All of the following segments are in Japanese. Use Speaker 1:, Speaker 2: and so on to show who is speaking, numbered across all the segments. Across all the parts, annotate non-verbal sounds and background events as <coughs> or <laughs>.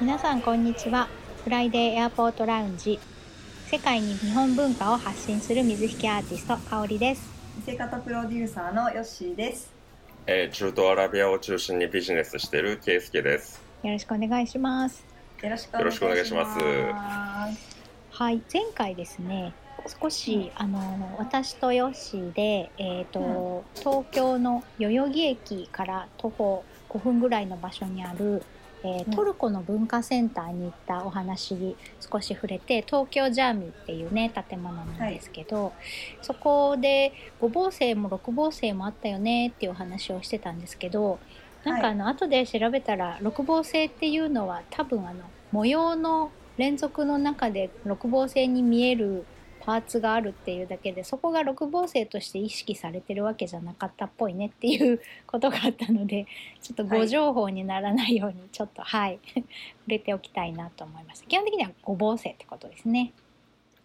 Speaker 1: 皆さんこんにちはフライデーエアポートラウンジ世界に日本文化を発信する水引アーティスト香里です
Speaker 2: 見せ方プロデューサーのヨッシーです。
Speaker 3: えー中東アラビアを中心にビジネスしているケイスケです。
Speaker 1: よろしくお願いします
Speaker 2: よろしく
Speaker 3: よろしくお願いします
Speaker 1: はい前回ですね少し、あの私とヨッシーで、えーと東京の代々木駅から徒歩5分ぐらいの場所にある、えー
Speaker 2: うん
Speaker 1: トルコの文化センターに行ったお話に少し触れて東京ジャーミーっていうね建物なんですけど、そこで五房星も六房星もあったよねっていうお話をしてたんですけどなんかあの、後で調べたら六房星っていうのは多分あの模様の連続の中で六房星に見えるパーツがあるっていうだけでそこが六房星として意識されてるわけじゃなかったっぽいねっていうことがあったのでちょっと
Speaker 2: は
Speaker 1: ご
Speaker 2: い
Speaker 1: 情報にならないようにちょっとはい触れておきたいなと思いました基本的には五房星ってことですね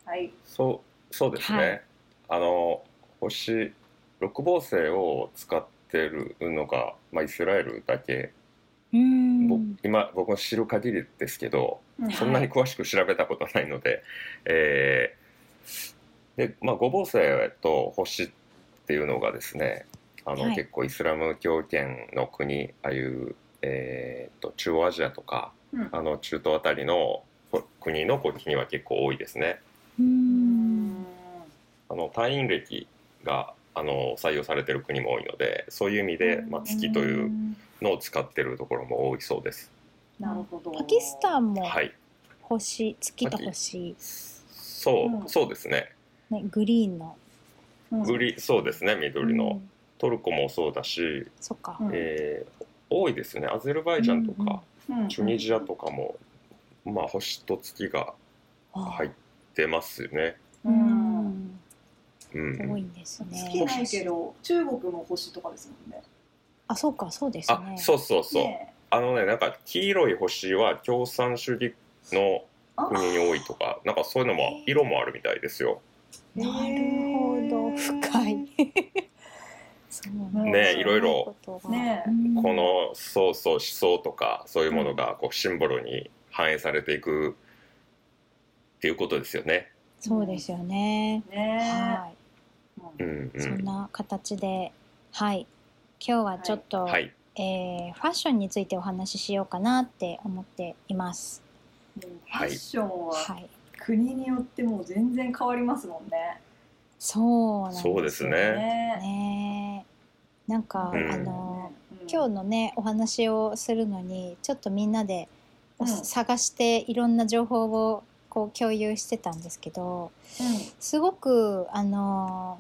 Speaker 2: はい。
Speaker 3: そう、そうですね。あの星六芒星を使ってるのがまあイスラエルだけ。
Speaker 1: うー
Speaker 3: ぼ
Speaker 1: ん
Speaker 3: 今僕の知る限りですけど、
Speaker 2: うん
Speaker 3: そんなに詳しく調べたことないので、えーでまあ五芒星と星っていうのがですね、あの、
Speaker 1: はい
Speaker 3: 結構イスラム教圏の国ああいうえーっと中央アジアとか。
Speaker 2: うん
Speaker 3: あの中東あたりのこ国の国旗には結構多いですね。
Speaker 1: うー
Speaker 2: うんん
Speaker 3: あの隊員歴があの採用されてる国も多いので、そういう意味で、まあ、月というのを使ってるところも多いそうです。
Speaker 2: なるほど。
Speaker 1: パキスタンも
Speaker 3: はい、
Speaker 1: 星月と星、
Speaker 3: そう、
Speaker 2: うん
Speaker 3: そうですね。
Speaker 1: ね、グリーンの
Speaker 2: ン
Speaker 3: グリそうですね、緑の、
Speaker 1: うん
Speaker 3: トルコもそうだし、
Speaker 1: そっか、
Speaker 2: うん
Speaker 3: えー多いですね。アゼルバイジャンと
Speaker 1: うんうん
Speaker 3: か、チュニジアとかも、まあ星と月が
Speaker 1: あ
Speaker 3: 入ってますよね。
Speaker 1: う
Speaker 2: うんん。
Speaker 3: うんうん、
Speaker 1: 多いんですね
Speaker 2: 好きないけど中国も星とかですもんね。
Speaker 1: あそうかそうです
Speaker 3: あ
Speaker 1: ね、
Speaker 3: そうそうそう。
Speaker 2: ね
Speaker 3: あのね、なんか黄色い星は共産主義の国に多いとか、なんかそういうのも色もあるみたいですよ。
Speaker 1: なるほど、
Speaker 2: へー
Speaker 1: 深い。 <laughs> そうなんだ
Speaker 2: ねいろ
Speaker 3: いろ。
Speaker 2: ね
Speaker 3: このそうそう思想とかそういうものがこうシンボルに反映されていくっていうことですよね。
Speaker 1: そうですよね。
Speaker 2: え。ね
Speaker 1: は
Speaker 2: え。う
Speaker 3: う
Speaker 2: ん
Speaker 3: う
Speaker 1: い、そん
Speaker 3: ん。
Speaker 1: な形で、はい、今日はちょっと、
Speaker 3: はい。
Speaker 1: えーファッションについてお話ししようかなって思っています。
Speaker 2: んファッションは
Speaker 1: はい、
Speaker 2: 国によってもう全然変わりますもんね。
Speaker 1: そうなんですよ
Speaker 3: そうですね。
Speaker 2: ね
Speaker 1: ねなんか、
Speaker 3: うん
Speaker 1: あ
Speaker 2: え。
Speaker 1: の
Speaker 2: うん
Speaker 1: 今日のねお話をするのにちょっとみんなで、
Speaker 2: うん
Speaker 1: 探していろんな情報をこう共有してたんですけどすごくあの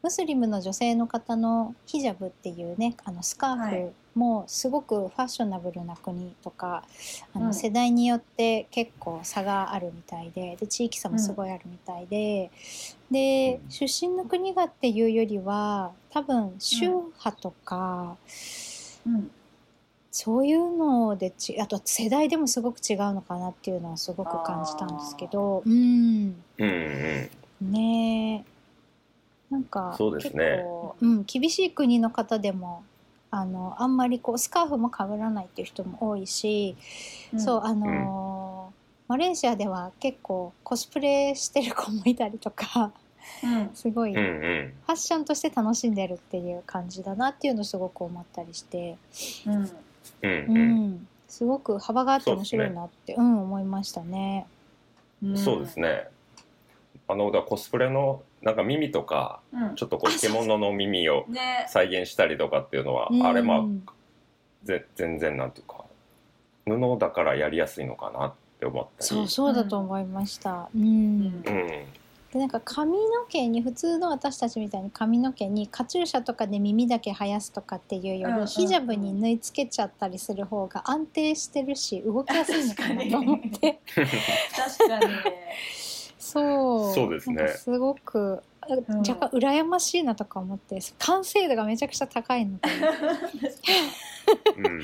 Speaker 1: ムスリムの女性の方のヒジャブっていうねあのスカ
Speaker 2: は
Speaker 1: ー
Speaker 2: い
Speaker 1: フもすごくファッショナブルな国とか、あ
Speaker 2: う
Speaker 1: の
Speaker 2: ん
Speaker 1: 世代によって結構差があるみたいでで地域差もすごいあるみたいで、で
Speaker 3: うん
Speaker 1: 出身の国がっていうよりは多分宗派とか、
Speaker 2: うんうん
Speaker 1: そういうのでちあと世代でもすごく違うのかなっていうのはすごく感じたんですけどうん
Speaker 3: うんうん。
Speaker 1: ねえなんか
Speaker 3: そうですね
Speaker 1: 結構、うん、厳しい国の方でもあのあんまりこうスカーフもかぶらないっていう人も多いし、
Speaker 2: うん
Speaker 1: そうあのーマレーシアでは結構コスプレしてる子もいたりとか <laughs>
Speaker 2: うん
Speaker 1: すごい
Speaker 3: うんう
Speaker 1: フ
Speaker 3: ん。
Speaker 1: ァッションとして楽しんでるっていう感じだなっていうのをすごく思ったりして。
Speaker 2: うん
Speaker 3: うん
Speaker 1: う
Speaker 3: うん。
Speaker 1: ん、すごく幅があって面白いなって、うん、思いましたね。
Speaker 2: うん
Speaker 3: そうですね。あのだからコスプレのなんか耳とか
Speaker 2: うん
Speaker 3: ちょっとこう
Speaker 1: あそうそう
Speaker 3: 獣の耳を
Speaker 2: ね <laughs>
Speaker 3: 再現したりとかっていうのは、あれまあ
Speaker 1: うん
Speaker 3: ぜ全然なんていうか布だからやりやすいのかなって思ったり
Speaker 1: そうそうだと思いました。うん、
Speaker 2: うん
Speaker 3: うん
Speaker 1: でなんか髪の毛に普通の私たちみたいに髪の毛にカチューシャとかで耳だけ生やすとかっていうより、
Speaker 2: うんうん
Speaker 1: ヒジャブに縫い付けちゃったりする方が安定してるし動きやすいのかなと思っ
Speaker 2: 確
Speaker 1: て
Speaker 2: 確かにね
Speaker 1: そう
Speaker 3: そうですね
Speaker 1: なんかすごくあ
Speaker 2: ん
Speaker 1: 若干羨ましいなとか思って完成度がめちゃくちゃ高いの
Speaker 2: <laughs>
Speaker 1: で。
Speaker 3: うん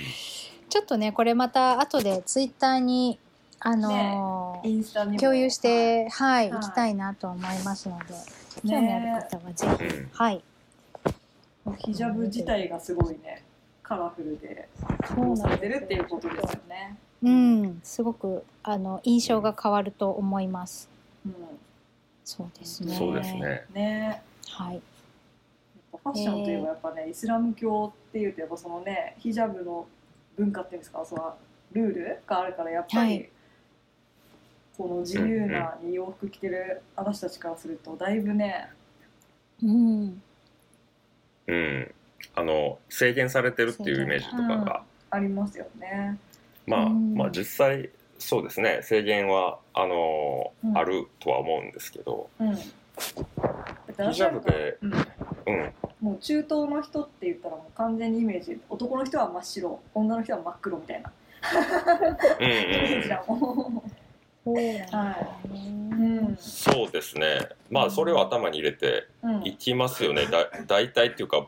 Speaker 1: ちょっとねこれまた後でツイッターにあのー
Speaker 2: インスタにも
Speaker 1: 共有してはい、
Speaker 2: はい
Speaker 1: 行きたいなと思いますので、興味ある
Speaker 2: ね
Speaker 1: 方はぜひ、
Speaker 3: うん
Speaker 1: はい
Speaker 2: ヒジャブ自体がすごいねカラフルで
Speaker 1: そ
Speaker 2: 活動
Speaker 1: う
Speaker 2: さ
Speaker 1: な
Speaker 2: れ
Speaker 1: ん
Speaker 2: て
Speaker 1: で
Speaker 2: るっ
Speaker 1: す
Speaker 2: ていう
Speaker 1: よ
Speaker 2: ことですよね。
Speaker 1: うん、すごくあの印象が変わると思います。
Speaker 2: うん、
Speaker 1: そうですね。
Speaker 3: そうです。ね。
Speaker 2: ね
Speaker 1: はい。
Speaker 2: やっぱファッションといえばやっぱね、イスラム教っていうとやっぱそのねヒジャブの文化っていうんですかそのルールがあるからやっぱ
Speaker 1: は
Speaker 2: り、
Speaker 1: い
Speaker 2: この自由な洋服着てる私たちからするとだいぶね、
Speaker 1: うん。
Speaker 3: うん。あの制限されてるっていうイメージとかが、
Speaker 2: ありますよね。
Speaker 3: まあ
Speaker 1: うん
Speaker 3: まあ実際そうですね。制限はあの
Speaker 2: うん
Speaker 3: あるとは思うんですけど、
Speaker 2: うん、ヒ
Speaker 3: ヒジャブで
Speaker 2: うん、
Speaker 3: うん
Speaker 2: もう中東の人って言ったらもう完全にイメージ男の人は真っ白女の人は真っ黒みたいな
Speaker 3: う
Speaker 2: イ
Speaker 3: ん
Speaker 2: メージ
Speaker 3: うん。
Speaker 2: だも
Speaker 1: そうなんだ
Speaker 2: ん。
Speaker 1: ね。
Speaker 2: うん
Speaker 3: そうですね。まあそれを頭に入れて
Speaker 2: うん
Speaker 3: いきますよね。だ大体っていうか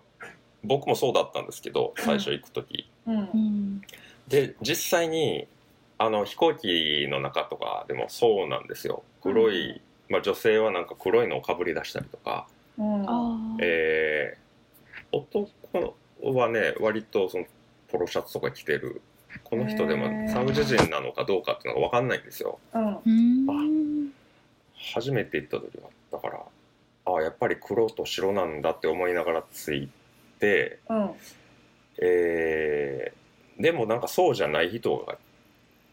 Speaker 3: 僕もそうだったんですけど最初行く時。
Speaker 2: うん
Speaker 1: うん。
Speaker 3: で実際にあの飛行機の中とかでもそうなんですよ黒い、
Speaker 2: う
Speaker 3: まあ、女性はなんか黒いのをかぶり出したりとか、
Speaker 2: うん
Speaker 1: ああ。
Speaker 3: えー男はね割とそのポロシャツとか着てるこの人で
Speaker 2: へー
Speaker 3: もサウジ人なのかどうかっていうのが分かんないんですよ
Speaker 2: うん
Speaker 1: うん。
Speaker 3: 初めて行った時はだからああやっぱり黒と白なんだって思いながら着いて、
Speaker 2: うん
Speaker 3: えーでもなんかそうじゃない人が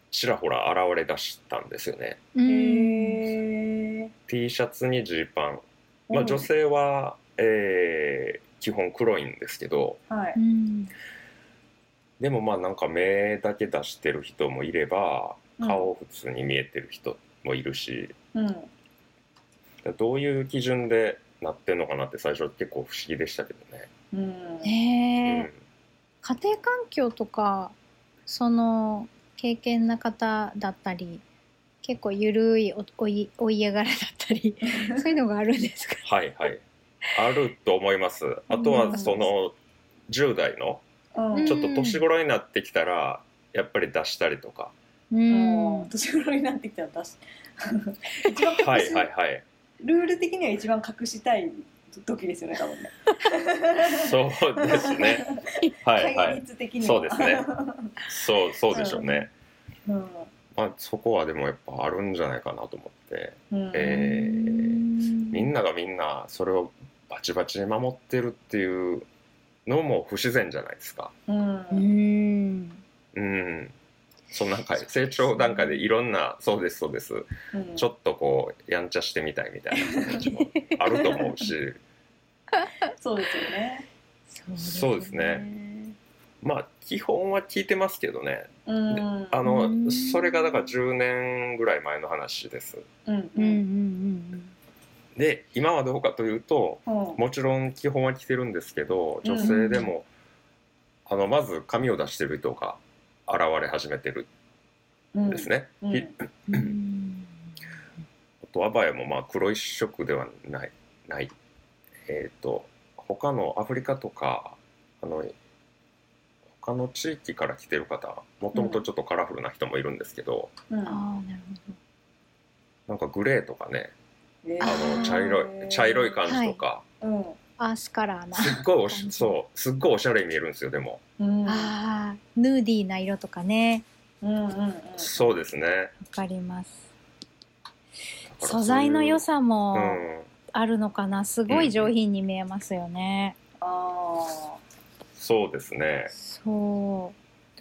Speaker 3: ちらほら現れだしたんですよね
Speaker 1: うん。
Speaker 2: へえ
Speaker 3: T シャツにジーパン、まあ、女性は、えー基本黒いんですけど
Speaker 2: はい
Speaker 1: うん。
Speaker 3: でもまあなんか目だけ出してる人もいれば
Speaker 2: うん
Speaker 3: 顔普通に見えてる人もいるし、
Speaker 2: うん
Speaker 3: どういう基準でなってんのかなって最初結構不思議でしたけどね。
Speaker 2: うん
Speaker 1: ねえ
Speaker 3: うん
Speaker 1: 家庭環境とかその経験な方だったり結構ゆるいおおいお家柄だった
Speaker 2: <laughs>
Speaker 1: りそういうのがあるんですか
Speaker 3: はいはい、あると思います。あとはその10代の
Speaker 2: うん
Speaker 3: ちょっと年頃になってきたらやっぱり出したりとか、
Speaker 1: う
Speaker 2: もうん年頃になってきたら出し一番隠し
Speaker 3: はいはいはい
Speaker 2: ルール的には一番隠したい時ですよね多分ね
Speaker 3: そうですね
Speaker 2: <laughs>
Speaker 3: はいは
Speaker 2: 対
Speaker 3: い
Speaker 2: 立的には
Speaker 3: そうですねそうそうでしょうね、
Speaker 2: うん
Speaker 3: まあ、そこはでもやっぱあるんじゃないかなと思って
Speaker 2: うん
Speaker 3: え
Speaker 1: うん
Speaker 3: みんながみんなそれをバチバチに守ってるっていうのも不自然じゃないですか
Speaker 2: う
Speaker 1: うんん
Speaker 3: うんそのなんか成長段階でいろんなそうですそうです
Speaker 2: うん
Speaker 3: ちょっとこうやんちゃしてみたいみたいな人たちもあると思うし
Speaker 2: そうですよね
Speaker 3: そうですねまあ基本は聞いてますけどね
Speaker 2: うん
Speaker 3: あ
Speaker 1: うん
Speaker 3: のそれがだから10年ぐらい前の話です
Speaker 2: うん
Speaker 1: うん
Speaker 2: う
Speaker 1: うん
Speaker 2: ん
Speaker 3: で今はどうかというと
Speaker 2: うん
Speaker 3: もちろん基本は着てるんですけど女性でも、あのまず髪を出してる人が現れ始めてる
Speaker 2: うんん
Speaker 3: ですね、
Speaker 2: うん
Speaker 3: ひ
Speaker 1: うんうん
Speaker 3: あとアバヤもまあ黒一色ではないないえっ、と他のアフリカとかあの他の地域から来てる方もともとちょっとカラフルな人もいるんですけど、
Speaker 2: うん
Speaker 1: ああなる
Speaker 3: なんかグレーとかね
Speaker 2: ね
Speaker 3: あの茶色い茶色い感じとか、
Speaker 2: うん
Speaker 1: ほどアースカラーな
Speaker 3: すっごいお
Speaker 1: 感
Speaker 3: し
Speaker 1: じ
Speaker 3: そうすっごいおしゃれに見えるんですよでも
Speaker 2: うん
Speaker 1: ああヌーディーな色とかね
Speaker 2: うんうんうん
Speaker 3: そうですね
Speaker 1: わかります
Speaker 3: だからそう
Speaker 1: 素
Speaker 3: いう
Speaker 1: 材の良さも、
Speaker 3: うん
Speaker 1: あるのかなすごい上品に見えますよね、
Speaker 2: あ
Speaker 3: そうですね。
Speaker 1: そう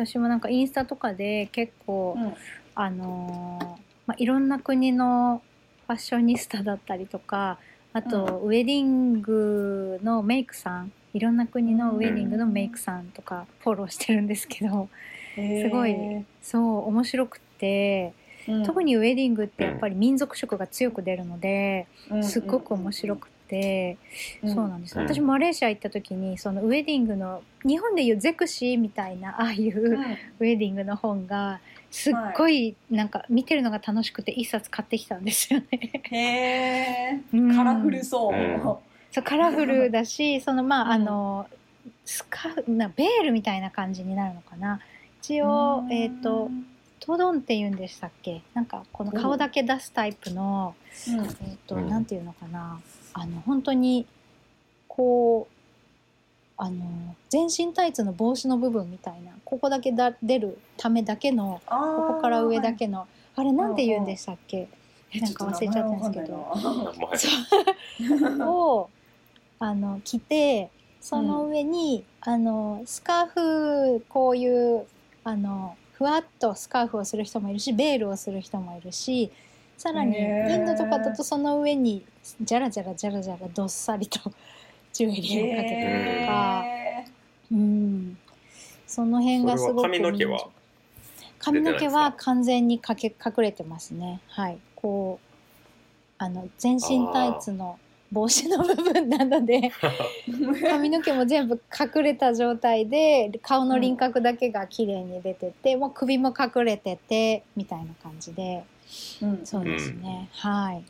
Speaker 1: 私もなんかインスタとかで結構、
Speaker 2: ーうん
Speaker 1: あのーまあ、いろんな国のファッショニスタだったりとかあと、ウェディングのメイクさんいろんな国のウェディングのメイクさんとかフォローしてるんですけど、 <laughs>
Speaker 2: へー
Speaker 1: すごいそう面白くって、
Speaker 2: うん
Speaker 1: 特にウェディングってやっぱり民族色が強く出るので、
Speaker 2: うん
Speaker 1: すっごく面白くって、
Speaker 2: うん
Speaker 1: そうなんです、
Speaker 3: うん
Speaker 1: 私マレーシア行った時にそのウェディングの日本でいうゼクシーみたいなああいう
Speaker 2: う
Speaker 1: うんウェディングの本がすっごいなんか見てるのが楽しくて一冊買ってきたんですよね。
Speaker 2: へ
Speaker 1: うん
Speaker 2: ーカラフルそう
Speaker 3: うん
Speaker 1: そうカラフルだ
Speaker 2: <laughs>
Speaker 1: しそのまああ
Speaker 2: うん
Speaker 1: のスカなベールみたいな感じになるのかな。一応えっ、とトドンって言うんでしたっけなんかこの顔だけ出すタイプの、
Speaker 2: うん
Speaker 1: えっ、と、
Speaker 3: うん
Speaker 1: なんていうのかなあの本当にこうあの全身タイツの帽子の部分みたいなここだけだ出るためだけの
Speaker 2: あー
Speaker 1: ここから上だ
Speaker 2: は
Speaker 1: けのあれなんて言うんでしたっけ
Speaker 2: いえ
Speaker 1: なんか忘れちゃったんですけど
Speaker 2: ちょっと名前わかんないな
Speaker 3: 前
Speaker 1: をあの着てその上に、あのスカーフこういうあのふわっとスカーフをする人もいるしベールをする人もいるしさらに
Speaker 2: へー
Speaker 1: インドとかだとその上にじゃらじゃらじゃらじゃらどっさりとジュエリーをかけて、
Speaker 3: ると
Speaker 1: か
Speaker 2: へ
Speaker 1: うん、その辺がすごく
Speaker 3: それは髪の毛は
Speaker 1: 髪の毛は
Speaker 3: 出てないですか
Speaker 1: 完全にかけ隠れてますね。はい、こうあの全身タイツの帽子の部分なので
Speaker 2: ー
Speaker 1: <laughs> 髪の毛も全部隠れた状態で顔の輪郭だけが綺麗に出てて、もう首も隠れててみたいな感じで
Speaker 2: うん
Speaker 1: そうですね、はい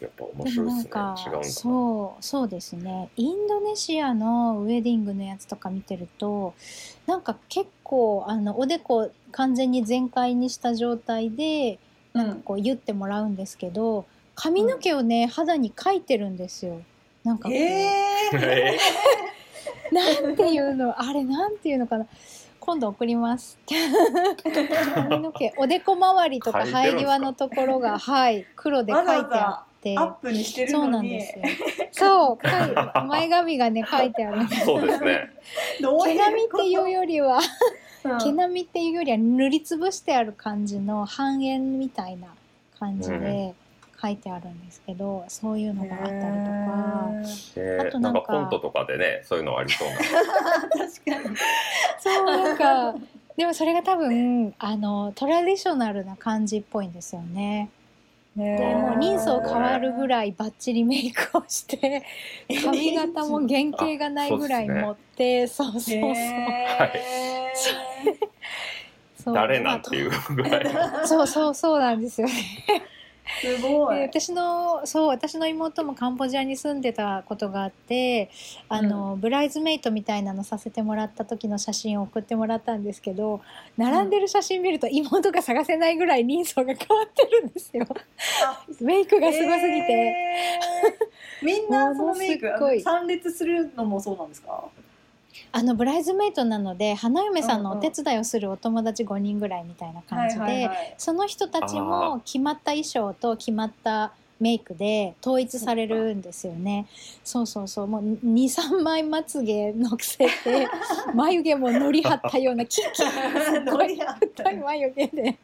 Speaker 3: やっぱ面
Speaker 1: でも
Speaker 3: 白い
Speaker 1: な
Speaker 3: で
Speaker 1: ん
Speaker 3: すね
Speaker 1: か
Speaker 3: 違うんだ
Speaker 1: そうそうですねインドネシアのウェディングのやつとか見てるとなんか結構あのおでこ完全に全開にした状態でなんかこう言ってもらうんですけど髪の毛をね、肌に描いてるんですよ。なんかこう、
Speaker 2: えー
Speaker 3: え
Speaker 1: なんていうのあれなんていうのかな今度送り
Speaker 3: <laughs>
Speaker 1: ます。髪の毛おでこ周りとか
Speaker 3: <laughs> 描いてるん
Speaker 1: 生
Speaker 3: ですか
Speaker 1: え際のところがはい黒で描いてあって。
Speaker 2: アップにしてる
Speaker 1: そう
Speaker 2: の
Speaker 1: なん
Speaker 2: に
Speaker 1: ですよ。そう、かい前髪がね書いてある
Speaker 3: <laughs>
Speaker 1: んです。
Speaker 3: ーそうです
Speaker 1: <laughs>
Speaker 3: ね
Speaker 2: どう
Speaker 1: 毛並みっていうよりは、
Speaker 2: うん
Speaker 1: 毛並みっていうよりは塗りつぶしてある感じの半円みたいな感じで書いてあるんですけど、そういうのがあったりとか、
Speaker 3: え
Speaker 1: あと
Speaker 3: ー、
Speaker 1: な
Speaker 3: なんん
Speaker 1: か
Speaker 3: かコントとかでねそういうのありそうな
Speaker 2: 確かに
Speaker 1: そうなんかでもそれが多分あのトラディショナルな感じっぽいんですよね。
Speaker 2: ね
Speaker 1: で
Speaker 2: え
Speaker 1: もう人相変わるぐらいバッチリメイクをして髪型も原型がないぐらい持ってそうそうそう。
Speaker 2: へー
Speaker 1: そう
Speaker 3: 誰なんていうぐらい
Speaker 1: そうそうそうなんですよね。
Speaker 2: すごい
Speaker 1: で私のそう私の妹もカンボジアに住んでたことがあってあの、ブライズメイトみたいなのさせてもらった時の写真を送ってもらったんですけど並んでる写真見ると妹が探せないぐらい人相が変わってるんですよ。メイクがすごすぎて、
Speaker 2: えーみんなそのメイク
Speaker 1: ものすっごい
Speaker 2: 参列するのもそうなんですか
Speaker 1: あのブライズメイトなので花嫁さんのお手伝いをするお友達5人ぐらいみたいな感じで、
Speaker 2: はいはいはい
Speaker 1: その人たち
Speaker 3: あ
Speaker 1: も決まった衣装と決まったメイクで統一されるんですよね。そうそうそう、もう二三枚まつげのせて、眉毛も塗り張ったようなキンキン
Speaker 2: <laughs> ノリあ
Speaker 1: <laughs>
Speaker 2: った
Speaker 1: 太い眉毛で。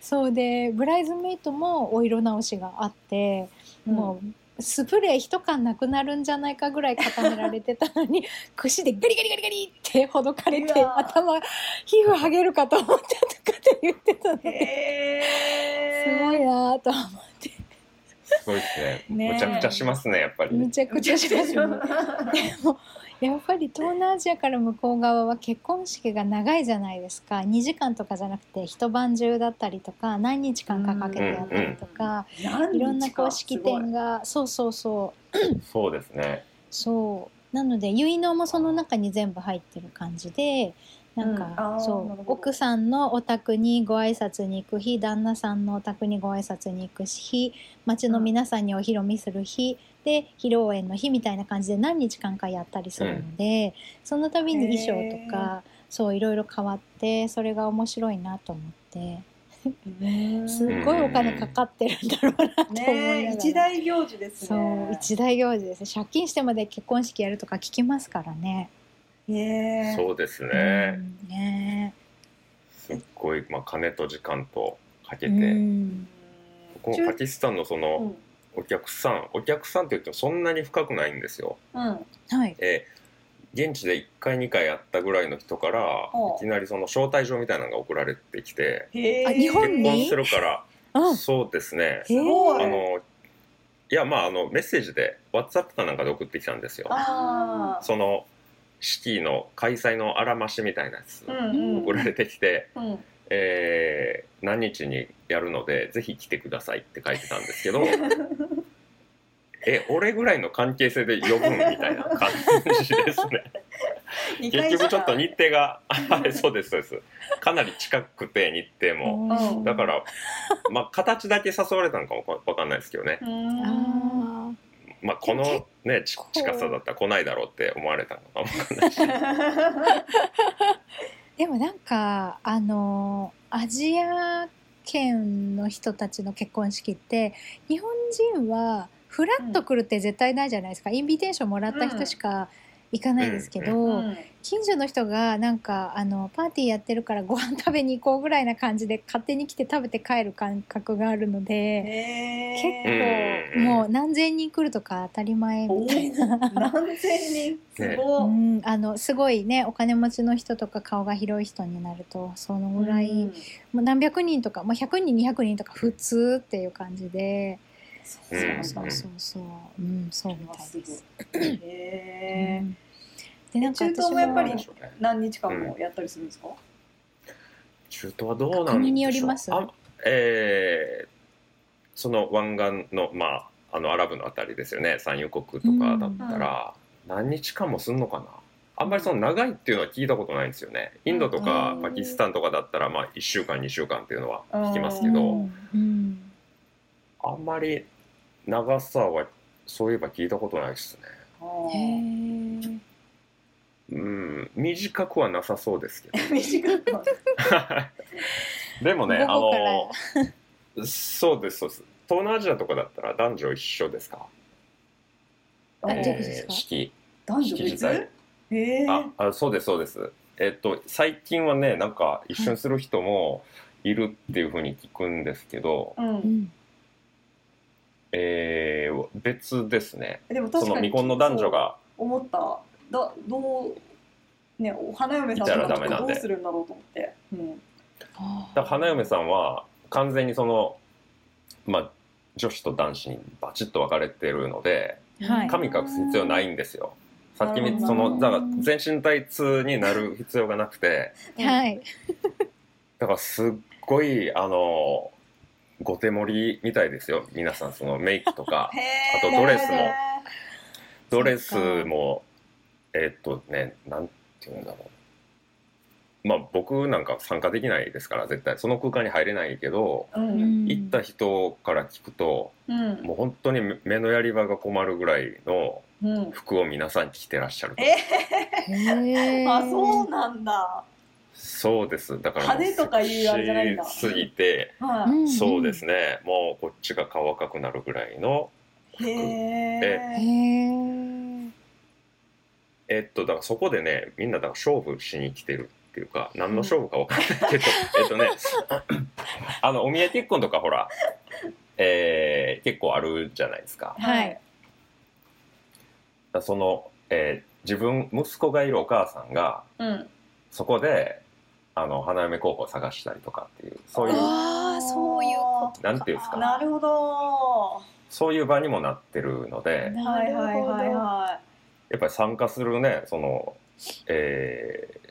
Speaker 1: そうで、ブライズメイトもお色直しがあって、もうスプレー一缶なくなるんじゃないかぐらい固められてたのに櫛でガリガリガリガリってほどかれて
Speaker 2: うわ
Speaker 1: 頭皮膚剥げるかと思ったとかって言ってたの
Speaker 2: へ
Speaker 1: で
Speaker 2: え
Speaker 1: すごいなぁと思っ
Speaker 3: すごいです
Speaker 1: <laughs>
Speaker 3: ね
Speaker 2: ねえ
Speaker 3: むちゃくちゃしますねやっぱ
Speaker 1: て
Speaker 3: り
Speaker 1: めちゃくちゃします
Speaker 2: <laughs>
Speaker 1: ね
Speaker 2: ね
Speaker 1: でもやっぱり東南アジアから向こう側は結婚式が長いじゃないですか2時間とかじゃなくて一晩中だったりとか何日間かかけてやったりとか
Speaker 2: 何日か
Speaker 1: いろんなこう式典
Speaker 2: す
Speaker 1: がそうそうそう
Speaker 3: そうですね
Speaker 1: そうなので結納もその中に全部入ってる感じでなん
Speaker 2: うん
Speaker 1: か、
Speaker 2: あー
Speaker 1: そ
Speaker 2: なる
Speaker 1: う
Speaker 2: ほど
Speaker 1: 奥さんのお宅にご挨拶に行く日旦那さんのお宅にご挨拶に行く日町の皆さんにお披露目する日、で披露宴の日みたいな感じで何日間かやったりするので、その度に衣装とかそういろいろ変わってそれが面白いなと思って
Speaker 2: ごい
Speaker 1: すっごいお金かかってるんだろうなと思いながら。
Speaker 2: ねえ一大行事です
Speaker 1: そう
Speaker 2: ね
Speaker 1: 一大行事ですね借金してまで結婚式やるとか聞きますからね。
Speaker 2: ねえ
Speaker 3: そうですね
Speaker 1: うんね
Speaker 3: すっごいまあ金と時間とか
Speaker 1: え
Speaker 3: けて
Speaker 1: ん
Speaker 3: このパキスタンのそのお客さんお客さんって言ってもそんなに深くないんですよ
Speaker 2: うんうん
Speaker 1: はい。
Speaker 3: えー現地で1回2回やったぐらいの人から
Speaker 2: お
Speaker 3: いきなりその招待状みたいなのが送られてきて
Speaker 2: へえ
Speaker 1: あ日本
Speaker 3: 結婚
Speaker 1: に
Speaker 3: するから
Speaker 1: うん。
Speaker 3: そうですね
Speaker 1: す
Speaker 2: ごい
Speaker 3: あのいやまああのメッセージで WhatsApp かなんかで送ってきたんですよ
Speaker 2: あ
Speaker 3: その式の開催のあらましみたいなやつ
Speaker 2: あうんうん
Speaker 3: 送られてきて、
Speaker 2: うん
Speaker 3: えー何日にやるのでぜひ来てくださいって書いてたんですけどえ俺ぐらいの関係性で呼ぶんみたいな感じですね
Speaker 2: 二回
Speaker 3: 結
Speaker 2: しか
Speaker 3: 局ちょっと日程がはいそうですそうですかなり近くて日程も
Speaker 2: うん
Speaker 3: だからまあ形だけ誘われたのかもわかんないですけどね
Speaker 2: うーん
Speaker 1: あ
Speaker 3: まあこのねち
Speaker 1: 構
Speaker 3: 近さだったら来ないだろうって思われたのかも
Speaker 1: でもなんかあのアジア圏の人たちの結婚式って日本人はフラッと来るって絶対ないじゃないですか、インビテーションもらった人しか行かないですけど、
Speaker 2: うん
Speaker 1: 近所の人がなんかあのパーティーやってるからご飯食べに行こうぐらいな感じで勝手に来て食べて帰る感覚があるので結
Speaker 2: へ
Speaker 3: ー
Speaker 1: 構もう何千人来るとか当たり前みたいな
Speaker 2: 構何千人す
Speaker 1: う
Speaker 2: ごい
Speaker 1: ん、あのすごいねお金持ちの人とか顔が広い人になるとそのぐらい、
Speaker 2: うん
Speaker 1: もう何百人とか、まあ、100人200人とか普通っていう感じで、
Speaker 2: そう
Speaker 3: うん
Speaker 2: なんだ
Speaker 1: そうそうそう、うん、そうみたいです。う
Speaker 2: へー
Speaker 1: んでなんか
Speaker 2: 中東
Speaker 1: 私
Speaker 2: も
Speaker 1: も
Speaker 2: やっぱり
Speaker 3: なんでしょうね
Speaker 2: 何日間もやったりするんですか？
Speaker 3: 中東はどうなんでしょう
Speaker 1: 国によります
Speaker 3: あえーその湾岸の,、まあ、あのアラブのあたりですよね産油国とかだったら、何日間もすんのかなあんまりその長いっていうのは聞いたことないんですよねインドと
Speaker 2: う
Speaker 3: か
Speaker 2: ん
Speaker 3: パキスタンとかだったらまあ1週間2週間っていうのは聞きます
Speaker 1: う
Speaker 3: けど、
Speaker 1: んうん
Speaker 3: あんまり長さはそういえば聞いたことないですね
Speaker 2: あー
Speaker 1: へー
Speaker 3: うん短くはなさそうです
Speaker 1: <laughs>
Speaker 3: けど
Speaker 2: 短くは
Speaker 3: でもねあ
Speaker 1: 午後から
Speaker 3: のそうですそうです東南アジアとかだったら男女一緒ですか
Speaker 1: あどういうことです
Speaker 3: え
Speaker 1: か
Speaker 3: ー式
Speaker 2: 男女
Speaker 3: 式自体
Speaker 2: 別？へえ。
Speaker 3: ああそうですそうですえっと最近はねなんか一緒にする人もいるっていうふうに聞くんですけど、
Speaker 2: う。
Speaker 1: うんん
Speaker 3: えー別ですね
Speaker 2: でも確か
Speaker 3: そ
Speaker 2: に
Speaker 3: の未婚の男女が
Speaker 2: 思っただどうねお花嫁さんと
Speaker 3: いたらダメな
Speaker 2: かど
Speaker 3: んで
Speaker 2: うするんだろうと思って。うん。
Speaker 1: あー
Speaker 3: だから花嫁さんは完全にそのまあ女子と男子にバチッと分かれてるので
Speaker 1: はい
Speaker 3: 神隠す必要ないんですよさっきみ
Speaker 2: なるほど
Speaker 3: そのだから全身体痛になる必要がなくて
Speaker 1: はい、
Speaker 3: だからすっごいあのご手盛りみたいですよ皆さんそのメイクと
Speaker 2: <laughs>
Speaker 3: か
Speaker 2: へえ。
Speaker 3: あとドレスも
Speaker 2: へ
Speaker 3: ドレスもえっとねなんて言うんだろうまあ僕なんか参加できないですから絶対その空間に入れないけど
Speaker 2: ー。う。
Speaker 1: うんん
Speaker 3: 行った人から聞くと
Speaker 2: うん。
Speaker 3: もう本当に目目のやり場が困るぐらいの
Speaker 2: うん。
Speaker 3: 服を皆さん着てらっしゃると
Speaker 2: え
Speaker 1: へー
Speaker 2: あそうなんだ。
Speaker 3: そうですだからもう
Speaker 2: 派手とかいうあれじゃないんだ
Speaker 3: セクシーすぎて、
Speaker 2: はい。
Speaker 1: ん
Speaker 3: そうですねもうこっちが顔赤くなるぐらいの
Speaker 2: へ
Speaker 1: へ
Speaker 2: え。
Speaker 1: ー
Speaker 3: えっとだからそこでねみんなだから勝負しに来てるっていうか何の勝負か分かんないけどえっとねあのお見合い結婚とかほら、えー結構あるじゃないですか。
Speaker 1: はい。
Speaker 3: だからその、えー自分息子がいるお母さんが
Speaker 2: うん。
Speaker 3: そこであの花嫁候補を探したりとかっていうそういう
Speaker 1: ああそういうこと
Speaker 3: なんていうんですか
Speaker 2: なるほど。
Speaker 3: そういう場にもなってるの
Speaker 2: は
Speaker 3: で
Speaker 2: いはいはい
Speaker 1: なるほど
Speaker 2: は
Speaker 3: やっぱり参加するねその、えー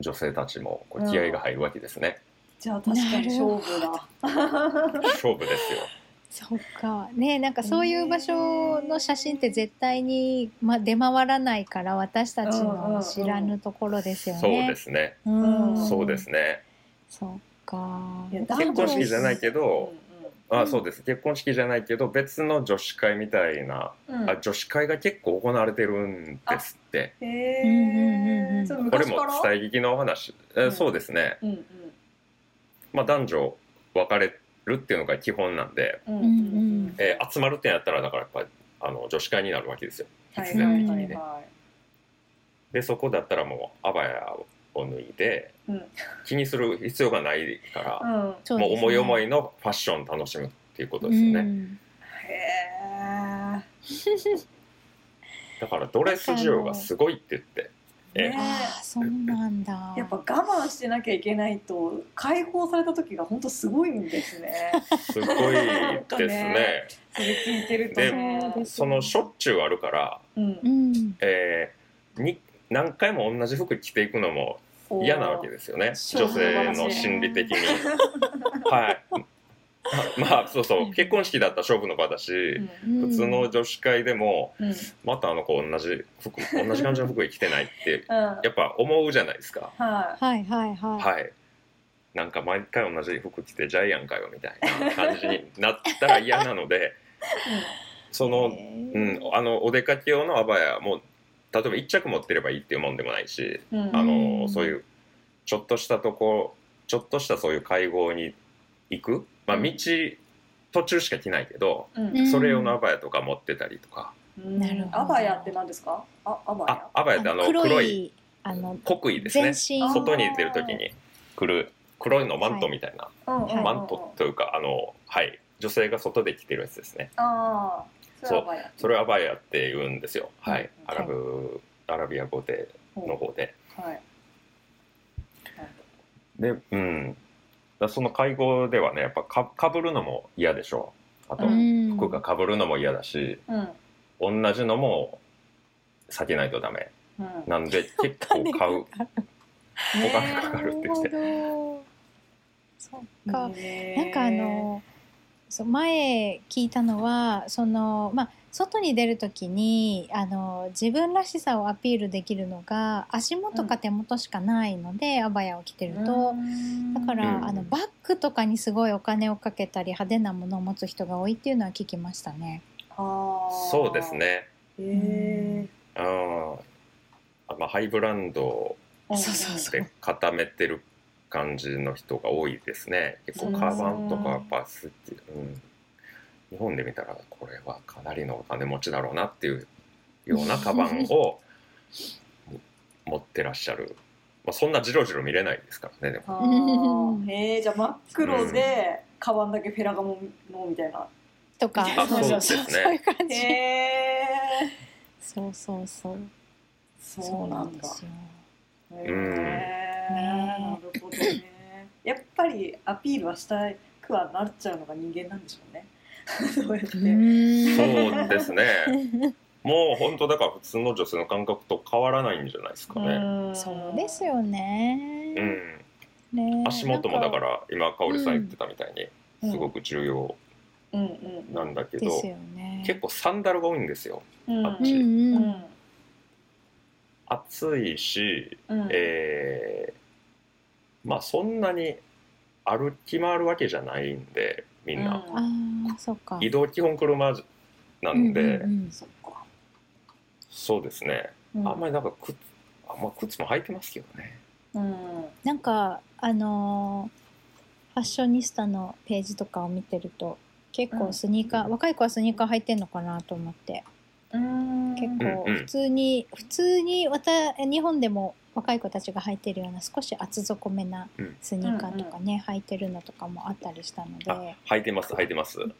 Speaker 3: 女性たちもこう気合が入るわけですね、
Speaker 2: い。じゃあ確かに勝負だ。
Speaker 3: 勝負ですよ
Speaker 1: そうかねなんかそういう場所の写真って絶対に、ま、出回らないから私たちの知らぬところですよね。
Speaker 3: そうですね
Speaker 2: ん
Speaker 1: うん
Speaker 3: そうですね
Speaker 1: そうか。
Speaker 2: いや
Speaker 3: 結婚式じゃないけど、
Speaker 2: うんうん
Speaker 3: あそうです結婚式じゃないけど別の女子会みたいな、
Speaker 2: うん
Speaker 3: あ女子会が結構行われてるんですって
Speaker 2: へ
Speaker 1: うんうんうんう
Speaker 2: え。
Speaker 1: ん
Speaker 2: それ
Speaker 3: これ
Speaker 2: 昔
Speaker 3: も
Speaker 2: から。
Speaker 3: 伝え聞きのお話、え
Speaker 2: うん
Speaker 3: そうですね
Speaker 2: うん
Speaker 3: まあ男女分かれるっていうのが基本なんで、
Speaker 2: うん
Speaker 1: う
Speaker 2: うんんう
Speaker 1: う
Speaker 2: ん
Speaker 1: ん。
Speaker 3: えー集まるってやったらだからやっぱりあの女子会になるわけですよ
Speaker 2: はい
Speaker 3: 必然的にね、
Speaker 2: は
Speaker 3: でそこだったらもうアバヤを脱いで
Speaker 2: いはいはい
Speaker 3: 気にする必要がないから、
Speaker 2: うんうん。
Speaker 1: そう
Speaker 3: もう思い思
Speaker 1: い
Speaker 3: いのファッションを楽しむっていうことですよね、
Speaker 2: へ
Speaker 3: だからドレス需要がすごいって言って
Speaker 2: え。
Speaker 3: え
Speaker 2: ね
Speaker 1: ああそうなんだ。
Speaker 2: やっぱ我慢してなきゃいけないと解放された時が本当すごいんですね。
Speaker 3: すごい
Speaker 2: なん
Speaker 3: です
Speaker 2: か
Speaker 3: ね
Speaker 2: ねそれ聞いてるとね。
Speaker 1: で
Speaker 3: そのしょっちゅうあるから、
Speaker 2: うん
Speaker 1: うん。
Speaker 3: えーに何回も同じ服着ていくのも嫌なわけですよね
Speaker 2: そう
Speaker 3: 女性の心理 <laughs> 的にはいま <laughs> まあそうそう結婚式だったら勝負の場だし、
Speaker 1: うん
Speaker 3: 普通の女子会でも
Speaker 2: うんうん
Speaker 3: またあの子同じ服同じ感じの服着てないって <laughs>
Speaker 2: うん
Speaker 3: やっぱ思うじゃないですか。
Speaker 2: は
Speaker 1: はいはいはい。
Speaker 3: はい。なんか毎回同じ服着てジャイアンかよみたいな感じになったら嫌なので、
Speaker 2: い
Speaker 3: その、うん、あのお出かけ用のアバヤも例えば1着持ってればいいっていうもんでもないし、
Speaker 2: うん
Speaker 3: あ
Speaker 1: うん
Speaker 3: のそういうちょっとしたとこちょっとしたそういう会合に行く、まあ、
Speaker 2: うん
Speaker 3: 道途中しか来ないけど、
Speaker 2: うん
Speaker 3: それ用のアバヤとか持ってたりとか、
Speaker 2: うん
Speaker 1: なるほど
Speaker 2: アバヤって何ですか？あアバ
Speaker 3: あ
Speaker 2: ヤ。
Speaker 3: アバヤってあの黒い
Speaker 1: 黒いあの
Speaker 3: 黒衣です
Speaker 1: 全
Speaker 3: ね
Speaker 1: 身
Speaker 2: あ
Speaker 3: 外に出る時に来る黒いのマントみたいな、
Speaker 2: うんうんうん
Speaker 3: マントというかあのはい女性が外で着てるやつですね
Speaker 2: ああ、それはアバヤ。
Speaker 3: それをアバヤって言うんですよはい、
Speaker 1: はい
Speaker 3: アラブアラビア語での方で
Speaker 2: はい。
Speaker 3: でうんだからその会合ではねやっぱかかぶるのも嫌でしょうあと
Speaker 1: うん
Speaker 3: 服がかぶるのも嫌だし、
Speaker 2: うん
Speaker 3: 同じのも避けないとダメ
Speaker 2: うん。ね
Speaker 3: なんで結構買うお金がかかるって言って
Speaker 1: なるほどそっか、
Speaker 2: え
Speaker 1: なんかあのそう前聞いたのはそのまあ外に出る時にあの自分らしさをアピールできるのが足元か手元しかないので、アバヤを着てると、
Speaker 2: うん
Speaker 1: だから、
Speaker 3: うん
Speaker 1: あのバッグとかにすごいお金をかけたり派手なものを持つ人が多いっていうのは聞きましたね。
Speaker 2: あー
Speaker 3: そうです。ね
Speaker 2: へ
Speaker 3: あーあまあハイブランド
Speaker 2: え。
Speaker 1: そうそうそう
Speaker 3: で固めてる感じの人が多いですね結構カバンとかやっぱ好き、うん、日本で見たらこれはかなりのお金持ちだろうなっていうようなカバンを持ってらっしゃる、まあ、そんなジロジロ見れないですからねでも
Speaker 1: <laughs>
Speaker 2: あーへえ、じゃあ真っ黒で、カバンだけフェラガモのみ
Speaker 1: <laughs>
Speaker 2: たいな。
Speaker 1: とか
Speaker 2: あそう
Speaker 1: そ
Speaker 2: で
Speaker 1: う
Speaker 2: す
Speaker 1: そうそ
Speaker 3: ね
Speaker 1: ういう感
Speaker 2: へ
Speaker 1: じ。
Speaker 2: え。
Speaker 1: そうそうそう
Speaker 2: そうなんだ。
Speaker 1: よ。
Speaker 2: へえなるほどね。やっぱりアピールはしたくはなっちゃうのが人間なんでしょうね。 <laughs> そうやって。
Speaker 3: そうです
Speaker 1: <laughs>
Speaker 3: ねもう本当だから普通の女性の感覚と変わらないんじゃないですかね、
Speaker 2: うん
Speaker 1: そうです。よね。
Speaker 3: うん、
Speaker 1: ね
Speaker 3: 足元もだか
Speaker 1: なん
Speaker 3: ら今香織さん言ってたみたいにすご
Speaker 2: く。
Speaker 3: く重要
Speaker 2: うんうん。
Speaker 3: なんだけど、
Speaker 1: ですよね。
Speaker 3: 結構サンダルが多いんですよ
Speaker 2: うん
Speaker 3: あっ
Speaker 1: う
Speaker 3: ち
Speaker 1: ん
Speaker 2: う
Speaker 1: うん。
Speaker 2: ん
Speaker 3: 暑いし、
Speaker 2: うん。
Speaker 3: えーまあそんなに歩き回るわけじゃないんでみんな、
Speaker 2: うん
Speaker 1: ああ、そうか。
Speaker 3: 移動基本車なんで、
Speaker 1: うんうん
Speaker 2: そっか。
Speaker 3: そうですね、
Speaker 2: うん
Speaker 3: あんまりなんか靴あまあ靴も履いてますけどね
Speaker 2: うん。
Speaker 1: なんかあのーファッショニスタのページとかを見てると。結構スニーカー、
Speaker 3: うん
Speaker 1: 若い子はスニーカー履いてんのかなと思って
Speaker 2: うん
Speaker 1: 結構
Speaker 3: うんうん
Speaker 1: 普通に、普通にわた日本でも若い子たちが履いてるような少し厚底めなスニーカーとかね、履いてるのとかもあったりしたので、
Speaker 3: あ履いてます履いてます
Speaker 2: う